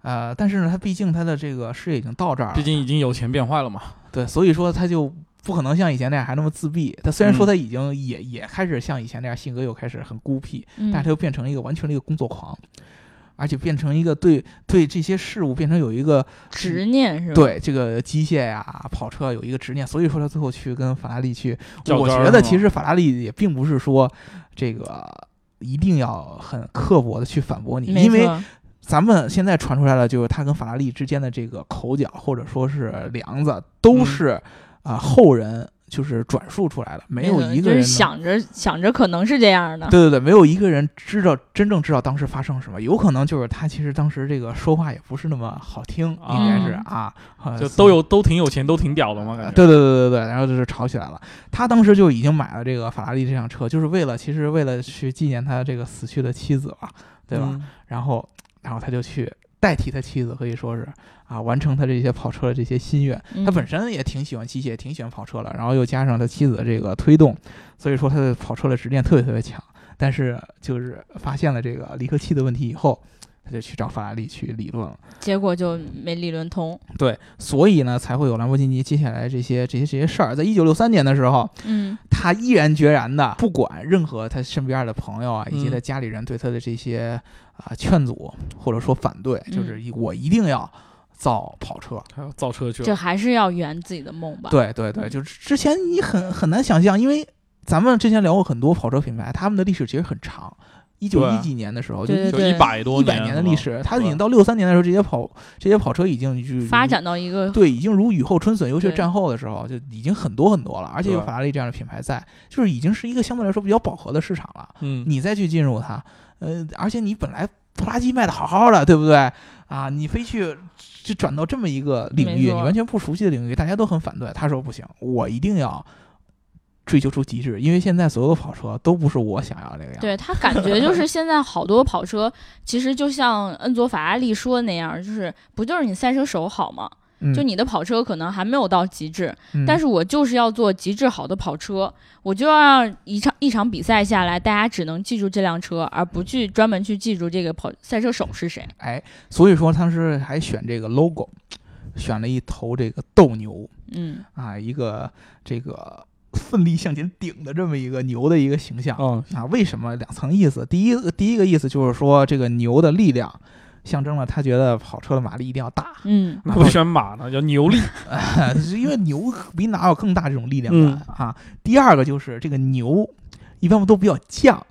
Speaker 2: 呃，但是呢，他毕竟他的这个事业已经到这儿了
Speaker 3: 毕，竟已经有钱变坏了嘛，
Speaker 2: 对，所以说他就不可能像以前那样还那么自闭。他虽然说
Speaker 3: 嗯
Speaker 2: 他已经也、也开始像以前那样性格又开始很孤僻，
Speaker 1: 嗯
Speaker 2: 但是他又变成了一个完全的一个工作狂，而且变成一个对对这些事物变成有一个
Speaker 1: 执念是吧？，
Speaker 2: 嗯对这个机械呀、跑车有一个执念，所以说他最后去跟法拉利去。
Speaker 3: 较
Speaker 2: 我
Speaker 3: 真儿
Speaker 2: 觉得
Speaker 3: 是
Speaker 2: 其
Speaker 3: 吗
Speaker 2: 实法拉利也并不是说这个一定要很刻薄的去反驳你，
Speaker 1: 没
Speaker 2: 因为
Speaker 1: 错，
Speaker 2: 咱们现在传出来了，就是他跟法拉利之间的这个口角或者说是梁子，都
Speaker 3: 嗯
Speaker 2: 是啊、后人就是转述出来的，没有
Speaker 1: 错
Speaker 2: 一
Speaker 1: 就
Speaker 2: 个人
Speaker 1: 是
Speaker 2: 能。
Speaker 1: 想着想着可能是这样的，
Speaker 2: 对对对，没有一个人知道真正知道当时发生什么，有可能就是他其实当时这个说话也不是那么好听，应该是啊，呃
Speaker 3: 就都有都挺有钱，都挺屌的嘛，感觉。
Speaker 2: 对对对对对，然后就是吵起来了。他当时就已经买了这个法拉利这辆车，就是为了其实为了去纪念他这个死去的妻子吧，对吧？
Speaker 3: 嗯？
Speaker 2: 然后然后他就去代替他妻子，可以说是啊，完成他这些跑车的这些心愿。
Speaker 1: 嗯
Speaker 2: 他本身也挺喜欢机械，挺喜欢跑车了，然后又加上他妻子的这个推动，所以说他的跑车的执念特别特别强。但是就是发现了这个离合器的问题以后，他就去找法拉利去理论了。
Speaker 1: 结果就没理论通，
Speaker 2: 对，所以呢才会有兰博基尼接下来这些这些这些事儿。在一九六三年的时候，
Speaker 1: 嗯
Speaker 2: 他毅然决然的不管任何他身边的朋友啊，以及
Speaker 3: 嗯
Speaker 2: 他家里人对他的这些啊、劝阻或者说反对，就是一我一定要造跑车。
Speaker 3: 他要造车去
Speaker 1: 就
Speaker 3: 了，
Speaker 1: 还是要圆自己的梦吧。
Speaker 2: 对对对，就是之前你很很难想象，因为咱们之前聊过很多跑车品牌，他们的历史其实很长，一九一
Speaker 3: 对
Speaker 2: 几年的时候就
Speaker 1: 对对
Speaker 3: 就
Speaker 1: 对
Speaker 3: 一百多
Speaker 2: 一百年的历
Speaker 3: 是吧，
Speaker 2: 史，它已经
Speaker 3: 对
Speaker 2: 到六三年的时候，这些跑这些跑车已经就
Speaker 1: 发。展到一个
Speaker 2: 对，已经如雨后春笋，尤其是
Speaker 1: 对
Speaker 2: 战后的时候，就已经很多很多了，而且有
Speaker 3: 对
Speaker 2: 法拉利这样的品牌在，就是已经是一个相对来说比较饱和的市场了。
Speaker 3: 嗯，
Speaker 2: 你再去进入它，呃，而且你本来拖拉机卖的好好的，对不对啊？你非去就转到这么一个领域，
Speaker 1: 没错
Speaker 2: 你完全不熟悉的领域，大家都很反对。他说不行，我一定要追求出极致，因为现在所有的跑车都不是我想要那个样子。
Speaker 1: 对他感觉就是现在好多跑车，其实就像恩佐法拉利说的那样，就是不就是你赛车手好吗？
Speaker 2: 嗯，
Speaker 1: 就你的跑车可能还没有到极致，
Speaker 2: 嗯，
Speaker 1: 但是我就是要做极致好的跑车，我就要让一场一场比赛下来，大家只能记住这辆车，而不去专门去记住这个跑赛车手是谁。
Speaker 2: 哎，所以说当时还选这个 logo，选了一头这个斗牛
Speaker 1: 嗯，
Speaker 2: 啊，一个这个奋力向前顶的这么一个牛的一个形象。
Speaker 3: 嗯，
Speaker 2: 啊，为什么两层意思？第一个第一个意思就是说，这个牛的力量象征了他觉得跑车的马力一定要大，
Speaker 1: 嗯，
Speaker 3: 那不选马呢，叫 牛力，
Speaker 2: 是因为牛比哪有更大这种力量
Speaker 1: 嗯
Speaker 2: 感、啊。第二个就是这个牛。一般都比较犟，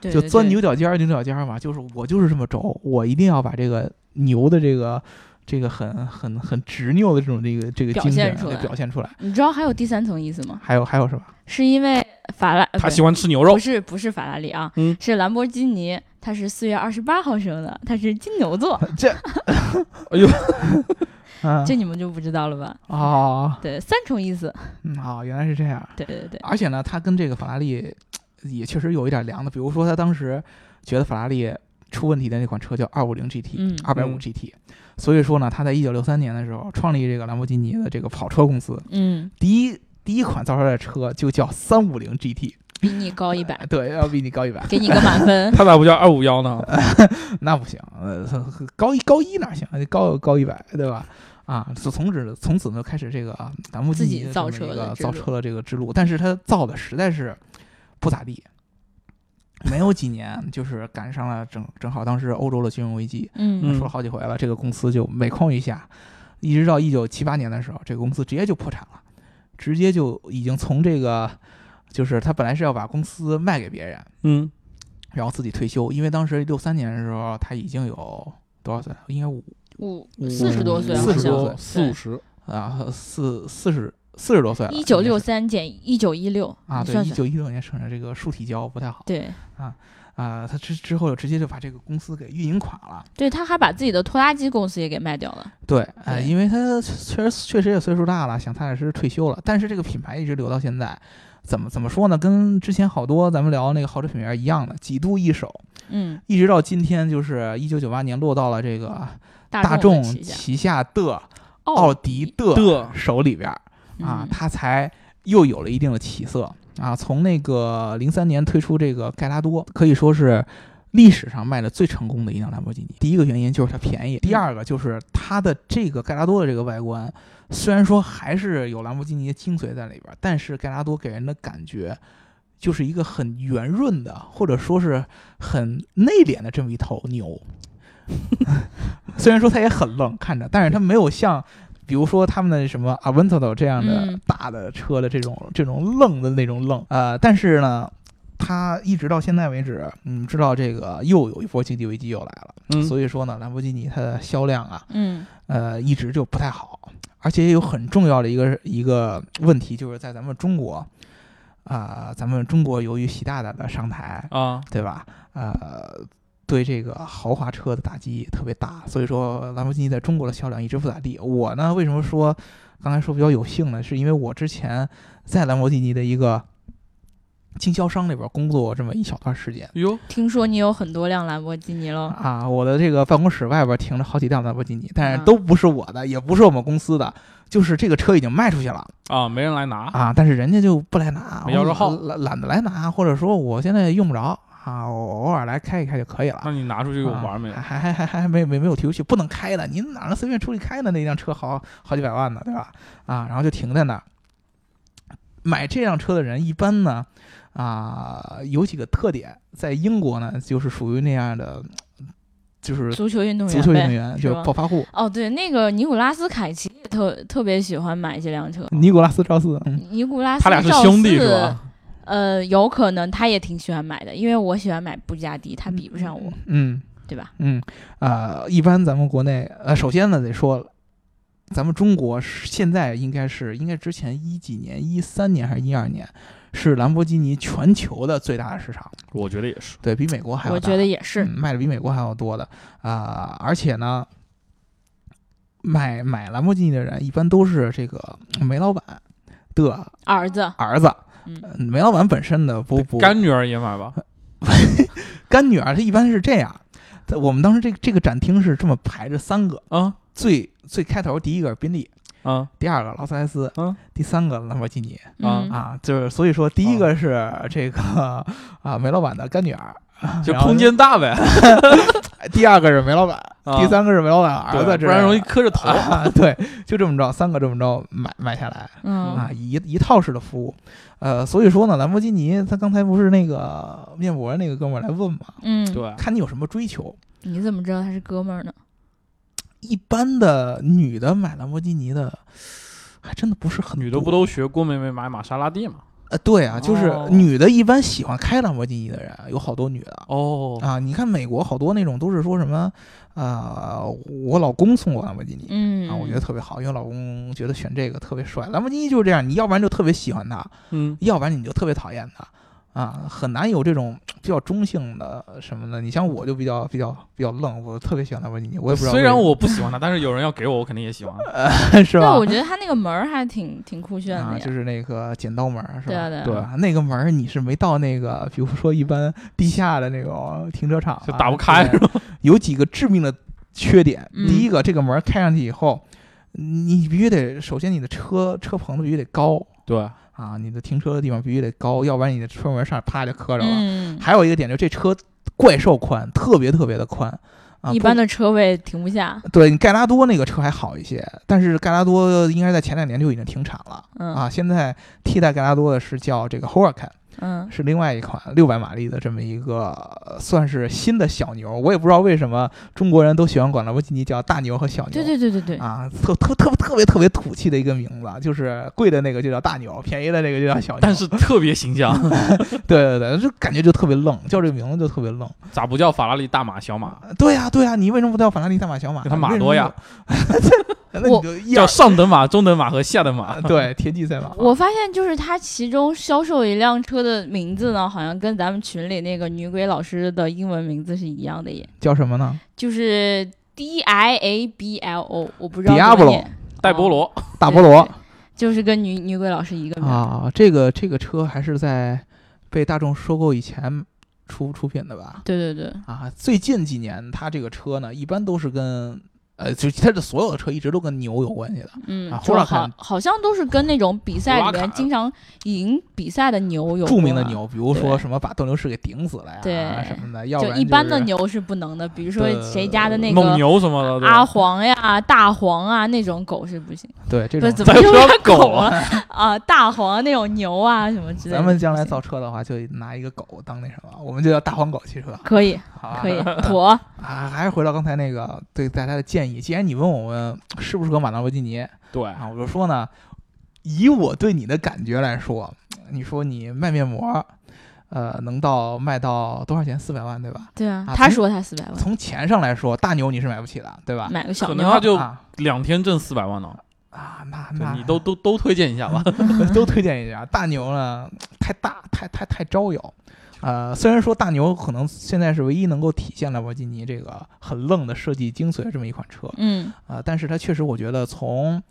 Speaker 1: 对，
Speaker 2: 就
Speaker 1: 对
Speaker 2: 钻
Speaker 1: 对
Speaker 2: 牛角尖儿，牛角尖儿嘛，就是我就是这么轴，我一定要把这个牛的这个这个很很很执拗的这种这个这个
Speaker 1: 表
Speaker 2: 精神
Speaker 1: 现出
Speaker 2: 对
Speaker 1: 来
Speaker 2: 表现出来。
Speaker 1: 你知道还有第三层意思吗？
Speaker 2: 还有还有什么？
Speaker 1: 是因为法拉，呃
Speaker 3: 他
Speaker 1: 不
Speaker 3: 喜
Speaker 1: 是
Speaker 3: 欢吃牛肉
Speaker 1: 不，是不是法拉利啊，
Speaker 3: 嗯
Speaker 1: 是兰博基尼，他是四月二十八号生的，他是金牛 座，
Speaker 2: 这，
Speaker 3: 哎呦，
Speaker 2: 嗯
Speaker 1: 这你们就不知道了吧？
Speaker 2: 哦，
Speaker 1: 对，三重意思，
Speaker 2: 嗯哦，原来是这样。
Speaker 1: 对对对，
Speaker 2: 而且呢，他跟这个法拉利也确实有一点凉的，比如说他当时觉得法拉利出问题的那款车叫二五零 GT，
Speaker 1: 嗯
Speaker 2: 二百五 GT，所以说呢，他在一九六三年的时候创立这个兰博基尼的这个跑车公司，
Speaker 1: 嗯，
Speaker 2: 第一第一款造出来的车就叫三五零 GT，
Speaker 1: 比你高一百，
Speaker 2: 对，要比你高一百，
Speaker 1: 给你个满 分，
Speaker 3: 他咋不叫二五幺呢？
Speaker 2: 那不行，呃，高一高一哪行，啊高高一百，对吧？啊，从从此从此呢开始这个啊兰博基
Speaker 1: 自己
Speaker 2: 尼的这
Speaker 1: 造
Speaker 2: 么
Speaker 1: 车的
Speaker 2: 一个
Speaker 1: 之
Speaker 2: 造
Speaker 1: 路
Speaker 2: 车的这个之路，但是他造的实在是不咋地，没有几年就是赶上了正正好当时欧洲的金融危机，
Speaker 1: 嗯
Speaker 3: 嗯
Speaker 2: 说了好几回了，这个公司就每况愈下，一直到一九七八年的时候，这个公司直接就破产了，直接就已经从这个就是他本来是要把公司卖给别人，
Speaker 3: 嗯，
Speaker 2: 然后自己退休，因为当时六三年的时候他已经有多少岁？应该五
Speaker 1: 五
Speaker 2: 五
Speaker 1: 四十多岁啊好
Speaker 3: 四
Speaker 1: 像，
Speaker 3: 十多，
Speaker 2: 对
Speaker 3: 四五十，
Speaker 2: 啊四四十四十多岁了，
Speaker 1: 一九
Speaker 2: 应
Speaker 1: 六
Speaker 2: 该是
Speaker 1: 三减一九一六
Speaker 2: 啊，对，
Speaker 1: 算
Speaker 2: 一
Speaker 1: 算，
Speaker 2: 九一六年生人这个树体胶不太好
Speaker 1: 对
Speaker 2: 啊，他之之后直接就把这个公司给运营垮了。
Speaker 1: 对，他还把自己的拖拉机公司也给卖掉了，
Speaker 2: 对，呃，
Speaker 1: 对
Speaker 2: 因为他确实确实也岁数大了，想踏踏实实退休了，但是这个品牌一直留到现在。怎么怎么说呢？跟之前好多咱们聊那个豪车品牌一样的，几度易手，
Speaker 1: 嗯，
Speaker 2: 一直到今天，就是一九九八年落到了这个大
Speaker 1: 哦大
Speaker 2: 众
Speaker 1: 众的旗下哦
Speaker 2: 旗下的奥
Speaker 1: 奥
Speaker 2: 迪的
Speaker 3: 的
Speaker 2: 手里边儿
Speaker 1: 嗯
Speaker 2: 啊，它才又有了一定的起色啊。从那个零三年推出这个盖拉多，可以说是历史上卖的最成功的一辆兰博基尼。第一个原因就是它便宜，第二个就是它的这个盖拉多的这个外观，虽然说还是有兰博基尼的精髓在里边儿，但是盖拉多给人的感觉。就是一个很圆润的，或者说是很内敛的这么一头牛， 虽然说它也很愣看着，但是它没有像，比如说他们的什么 Aventador 这样的
Speaker 1: 嗯
Speaker 2: 大的车的这种、这种愣的那种愣，呃，但是呢，它一直到现在为止，嗯，知道这个又有一波经济危机又来了，
Speaker 3: 嗯
Speaker 2: 所以说呢，兰博基尼它的销量啊，
Speaker 1: 嗯
Speaker 2: 呃，一直就不太好，而且也有很重要的一个一个问题，就是在咱们中国。啊、咱们中国由于习大大的上台，
Speaker 3: 啊，
Speaker 2: 对吧？呃，对这个豪华车的打击特别大，所以说兰博基尼在中国的销量一直不咋地。我呢，为什么说刚才说比较有幸呢？是因为我之前在兰博基尼的一个经销商里边工作这么一小段时间。
Speaker 3: 哟，
Speaker 1: 听说你有很多辆兰博基尼喽？
Speaker 2: 啊，我的这个办公室外边停着好几辆兰博基尼，但是
Speaker 1: 嗯
Speaker 2: 都不是我的，也不是我们公司的，就是这个车已经卖出去了
Speaker 3: 啊，没人来拿，
Speaker 2: 啊，但是人家就不来拿，
Speaker 3: 没摇着号
Speaker 2: 我懒懒得来拿，或者说我现在用不着啊，我偶尔来开一开就可以了。
Speaker 3: 那你拿出去给我
Speaker 2: 啊
Speaker 3: 玩没有？
Speaker 2: 还还还还没没没有提出去，不能开的，您哪能随便出去开的？那辆车好好几百万呢，对吧？啊，然后就停在那儿。买这辆车的人一般呢，啊、有几个特点，在英国呢，就是属于那样的，就是
Speaker 1: 足球运动员
Speaker 2: 足球运动
Speaker 1: 呗
Speaker 2: 员，
Speaker 1: 嗯是
Speaker 2: 就是
Speaker 1: 吧
Speaker 2: 暴发户，
Speaker 1: 哦，对，那个尼古拉斯凯奇也特特别喜欢买这辆车。
Speaker 2: 尼古拉斯·赵四，嗯，
Speaker 1: 尼古拉斯
Speaker 3: 他俩是
Speaker 1: 赵
Speaker 3: 兄弟
Speaker 1: 四
Speaker 3: 是吧？
Speaker 1: 呃，有可能他也挺喜欢买的，因为我喜欢买布加迪，他比不上我，，
Speaker 2: 嗯
Speaker 1: 对吧？
Speaker 2: 嗯，啊、一般咱们国内，呃，首先呢得说。咱们中国是现在应该是应该之前一几年，一三年还是一二年，是兰博基尼全球的最大的市场，
Speaker 3: 我觉得也是，
Speaker 2: 对比美国还要
Speaker 1: 我
Speaker 2: 大
Speaker 1: 觉得也是。
Speaker 2: 嗯卖的比美国还要多的啊、而且呢，买买兰博基尼的人一般都是这个煤老板的
Speaker 1: 儿子，
Speaker 2: 儿子，
Speaker 1: 嗯，
Speaker 2: 嗯煤老板本身的不不
Speaker 3: 干女儿也买吧？
Speaker 2: 干女儿，她一般是这样，在我们当时这个这个展厅是这么排着三个，
Speaker 3: 啊
Speaker 2: 最最开头第一个是宾利，
Speaker 3: 啊
Speaker 2: 第二个劳斯莱斯，
Speaker 3: 嗯
Speaker 2: 第三个兰博基尼
Speaker 3: 啊
Speaker 1: 嗯，
Speaker 2: 啊，就是所以说第一
Speaker 3: 哦
Speaker 2: 个是这个 啊煤老板的干女儿，
Speaker 3: 就
Speaker 2: 然后
Speaker 3: 空间大呗，
Speaker 2: 第二个是煤老板，
Speaker 3: 啊
Speaker 2: 第三个是煤老板儿
Speaker 3: 对
Speaker 2: 子，
Speaker 3: 不然容易磕着 头。
Speaker 2: 啊，对，就这么着，三个这么着买买下来
Speaker 1: 嗯
Speaker 2: 啊，一一套式的服务，呃，所以说呢，兰博基尼他刚才不是那个面膜那个哥们儿来问嘛，
Speaker 1: 嗯，
Speaker 3: 对，
Speaker 2: 看你有什么追求。
Speaker 1: 你怎么知道他是哥们儿呢？
Speaker 2: 一般的女的买兰博基尼的，还真的不是很
Speaker 3: 女的
Speaker 2: 多
Speaker 3: 不都学郭美美买玛莎拉蒂嘛？
Speaker 2: 呃，对啊，就是
Speaker 3: 哦
Speaker 2: 女的一般喜欢开兰博基尼的人，啊有好多女的。
Speaker 3: 哦，
Speaker 2: 啊，你看美国好多那种都是说什么，啊、我老公送我兰博基尼，
Speaker 1: 嗯
Speaker 2: 啊，我觉得特别好，因为我老公觉得选这个特别帅。兰博基尼就是这样，你要不然就特别喜欢它，
Speaker 3: 嗯，
Speaker 2: 要不然你就特别讨厌它，啊，很难有这种比较中性的什么的。你像我就比较比较比较愣，我特别喜欢兰博基尼，我也不知道
Speaker 3: 虽
Speaker 2: 为
Speaker 3: 然
Speaker 2: 什么
Speaker 3: 我不喜欢他，但是有人要给我，我肯定也喜欢。啊
Speaker 2: 是
Speaker 1: 对，
Speaker 2: 吧
Speaker 1: 我，觉得他那个门儿还挺挺酷炫
Speaker 2: 啊，
Speaker 1: 的呀。
Speaker 2: 就是那个剪刀门儿是
Speaker 1: 对
Speaker 2: 吧
Speaker 1: 啊对？啊
Speaker 3: 对
Speaker 2: 啊那个门儿你是没到那个，比如说一般地下的那种停车场啊、
Speaker 3: 就打不开
Speaker 2: 对 有几个致命的缺点。
Speaker 1: 嗯
Speaker 2: 第一个，这个门儿开上去以后，你必须得首先你的车车棚子必须得高
Speaker 3: 对，
Speaker 2: 啊，你的停车的地方必须得高，要不然你的车门上啪就磕着了。
Speaker 1: 嗯，
Speaker 2: 还有一个点就是这车怪兽宽，特别特别的宽啊，
Speaker 1: 一般
Speaker 2: 的。
Speaker 1: 的车位停不下。
Speaker 2: 对你盖拉多那个车还好一些，但是盖拉多应该在前两年就已经停产了。
Speaker 1: 嗯
Speaker 2: 啊，现在替代盖拉多的是叫这个 Huracan，
Speaker 1: 嗯
Speaker 2: 是另外一款六百马力的这么一个呃算是新的小牛。我也不知道为什么中国人都喜欢管兰博基尼叫大牛和小牛。
Speaker 1: 对对对对对，
Speaker 2: 啊，特特特特别特别土气的一个名字，就是贵的那个就叫大牛，便宜的那个就叫小牛。
Speaker 3: 但是特别形象，
Speaker 2: 对对对，就感觉就特别愣，叫这个名字就特别愣。
Speaker 3: 咋不叫法拉利大马小马？
Speaker 2: 对呀、对呀、你为什么不叫法拉利大马小马呢？
Speaker 3: 啊叫它马
Speaker 2: 为什
Speaker 3: 多
Speaker 2: 么
Speaker 3: 呀
Speaker 2: 就。那 你
Speaker 1: 我
Speaker 2: 就一
Speaker 3: 叫
Speaker 2: 二
Speaker 3: 上等马、中等马和下等马。
Speaker 2: 对田忌赛马。
Speaker 1: 我发现就是他其中销售一辆车的名字呢，好像跟咱们群里那个女鬼老师的英文名字是一样的耶，
Speaker 2: 叫什么呢？
Speaker 1: 就是 D I A B L O，我不知道怎么
Speaker 2: Diablo
Speaker 1: 念。
Speaker 3: 戴博罗，
Speaker 1: 啊
Speaker 2: 大菠萝
Speaker 1: 对就是跟女女鬼老师一个名儿。
Speaker 2: 啊，这个这个车还是在被大众收购以前出出品的吧？
Speaker 1: 对对对，
Speaker 2: 啊，最近几年它这个车呢，一般都是跟呃，就它的所有的车一直都跟牛有关系的。
Speaker 1: 嗯，
Speaker 2: 啊
Speaker 1: 就
Speaker 2: 呼啦
Speaker 1: 好
Speaker 2: 看，
Speaker 1: 好像都是跟那种比赛里
Speaker 3: 呼啦
Speaker 1: 面
Speaker 3: 卡
Speaker 1: 经常赢比赛的牛有
Speaker 2: 著名的
Speaker 1: 关。
Speaker 2: 牛，比如说什么把斗牛士给顶死了呀，
Speaker 1: 啊对
Speaker 2: 什么的，要不
Speaker 1: 就
Speaker 2: 然、
Speaker 1: 一般的，牛是不能的，比如说
Speaker 2: 对
Speaker 1: 谁家的那
Speaker 3: 蒙
Speaker 1: 个
Speaker 3: 牛什么的。对吧
Speaker 1: 阿黄呀、大黄啊那种狗是不行，
Speaker 2: 对这
Speaker 1: 不是
Speaker 2: 种
Speaker 1: 怎么
Speaker 3: 咱
Speaker 1: 又
Speaker 3: 说
Speaker 1: 变
Speaker 3: 狗
Speaker 1: 狗了 啊？大黄那种牛啊什么之类的。
Speaker 2: 咱们将来造车的话，就拿一个狗当那什么，我们就叫大黄狗汽车，
Speaker 1: 可以
Speaker 2: 好吧？
Speaker 1: 可 以妥，
Speaker 2: 啊，还是回到刚才那个对大家的建议，既然你问我们适不适合马兰博基尼
Speaker 3: 对，
Speaker 2: 啊，我就说呢，以我对你的感觉来说，你说你卖面膜，呃，能到卖到多少钱？四百万对吧？
Speaker 1: 对啊
Speaker 2: 啊，
Speaker 1: 他
Speaker 2: 从
Speaker 1: 说他四百万，
Speaker 2: 从钱上来说，大牛你是买不起的，对吧？
Speaker 1: 买个小
Speaker 3: 可
Speaker 1: 牛嗯
Speaker 3: 能他
Speaker 1: 儿，
Speaker 3: 就
Speaker 2: 啊
Speaker 3: 两天挣四百万呢。
Speaker 2: 啊，那
Speaker 3: 对
Speaker 2: 那
Speaker 3: 你都都都推荐一下吧。
Speaker 2: 都推荐一下。大牛呢，太大，太太太招摇。呃，虽然说大牛可能现在是唯一能够体现兰博基尼这个很愣的设计精髓的这么一款车啊、
Speaker 1: 嗯
Speaker 2: 呃但是它确实我觉得从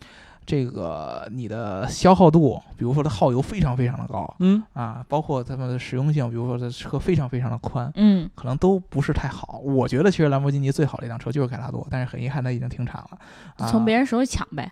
Speaker 2: 这个你的消耗度，比如说它耗油非常非常的高
Speaker 3: 嗯，
Speaker 2: 啊，包括它们的实用性，比如说它车非常非常的宽，
Speaker 1: 嗯，
Speaker 2: 可能都不是太好。我觉得其实兰博基尼最好的一辆车就是盖拉多，但是很遗憾它已经停产了。啊、
Speaker 1: 从别人手里抢呗。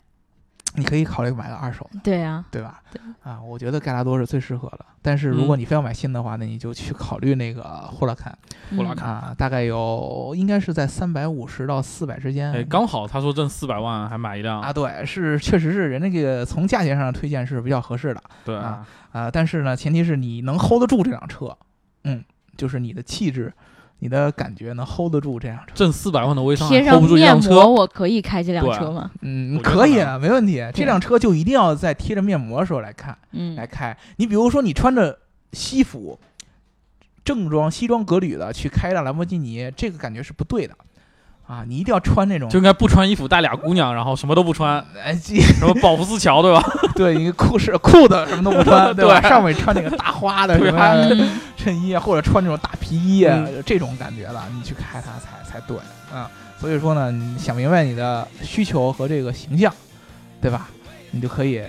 Speaker 2: 你可以考虑买个二手的，
Speaker 1: 对啊，
Speaker 2: 对吧？
Speaker 1: 对嗯
Speaker 2: 啊，我觉得盖拉多是最适合的。但是如果你非要买新的话，那你就去考虑那个霍拉坎
Speaker 3: 呼啦
Speaker 1: 嗯
Speaker 3: 卡
Speaker 2: 啊，大概有应该是在三百五十到四百之间。
Speaker 1: 嗯
Speaker 3: 哎，刚好他说挣四百万还买一辆
Speaker 2: 啊，，对，是确实是人那个从价钱上的推荐是比较合适的
Speaker 3: 对
Speaker 2: 啊，啊，但是呢，前提是你能 hold 得住这辆车，嗯，就是你的气质、你的感觉能 hold 得住这辆车。
Speaker 3: 挣四百万的微商
Speaker 1: 贴
Speaker 3: 还 hold
Speaker 1: 上
Speaker 3: 不住一
Speaker 1: 面
Speaker 3: 辆
Speaker 1: 膜，
Speaker 3: 车，
Speaker 1: 我可以开这辆
Speaker 3: 对啊
Speaker 1: 车吗？
Speaker 2: 嗯，
Speaker 3: 我觉得
Speaker 2: 可以
Speaker 3: 很
Speaker 2: 啊，没问题。这辆车就一定要在贴着面膜的时候来看。
Speaker 1: 嗯，
Speaker 2: 来开。你比如说，你穿着西服、正装、西装革履的去开一辆兰博基尼，这个感觉是不对的啊！你一定要穿那种
Speaker 3: 就应该不穿衣服带俩姑娘，然后什么都不穿，
Speaker 2: 哎，这
Speaker 3: 什么保护丝桥 对吧？
Speaker 2: 对，一个裤是裤子什么都不 穿，对吧？
Speaker 3: 对
Speaker 2: 上面穿那个大花的什
Speaker 3: 对
Speaker 2: 么
Speaker 1: 嗯
Speaker 2: 衬衣啊，或者穿那种大皮衣啊，
Speaker 3: 嗯
Speaker 2: 这种感觉的，你去开它才才对啊。所以说呢，你想明白你的需求和这个形象，对吧？你就可以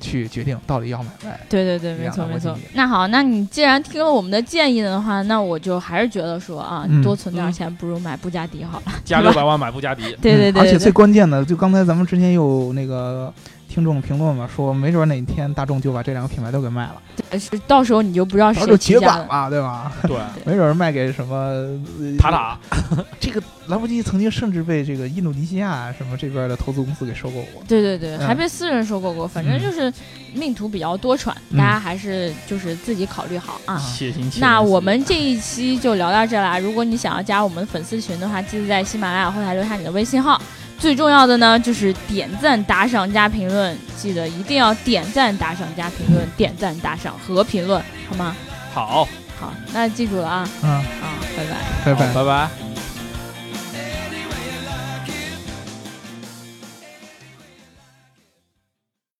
Speaker 2: 去决定到底要买不买。
Speaker 1: 对对对，没
Speaker 2: 两
Speaker 1: 错
Speaker 2: 辆
Speaker 1: 没
Speaker 2: 摩
Speaker 1: 错
Speaker 2: 托车。
Speaker 1: 那好，那你既然听了我们的建议的话，那我就还是觉得说啊，
Speaker 2: 嗯
Speaker 1: 多存点钱不如买布加迪好了。
Speaker 3: 加六百万买布加迪，
Speaker 1: 对对
Speaker 2: 嗯
Speaker 1: 对，
Speaker 2: 而且
Speaker 1: 对
Speaker 2: 最关键的，就刚才咱们之前有那个听众评论嘛，说没准哪天大众就把这两个品牌都给卖了，
Speaker 1: 对是到时候你就不知道
Speaker 2: 然后
Speaker 1: 谁
Speaker 2: 就
Speaker 1: 旗
Speaker 2: 绝
Speaker 1: 下
Speaker 2: 版
Speaker 1: 的。
Speaker 2: 嘛，对吧？
Speaker 3: 对，
Speaker 2: 没准卖给什么呃
Speaker 3: 塔
Speaker 1: 啊
Speaker 3: 塔
Speaker 2: 这个兰博基尼曾经甚至被这个印度尼西亚什么这边的投资公司给收购过。
Speaker 1: 对对对，
Speaker 2: 嗯
Speaker 1: 还被私人收购过，反正
Speaker 2: 嗯
Speaker 1: 就是命途比较多舛，
Speaker 2: 嗯
Speaker 1: 大家还是就是自己考虑好啊。
Speaker 3: 且行且珍惜
Speaker 1: 那我们这一期就聊到这啦。如果你想要加我们粉丝群的话，记得在喜马拉雅后台留下你的微信号。最重要的呢，就是点赞、打赏加评论，记得一定要点赞、打赏加评论，点赞、打赏和评论，好吗？
Speaker 3: 好，
Speaker 1: 好，那记住了啊
Speaker 2: 嗯，
Speaker 1: 啊，拜拜。
Speaker 2: 拜
Speaker 3: 好
Speaker 2: 拜。
Speaker 3: 拜拜。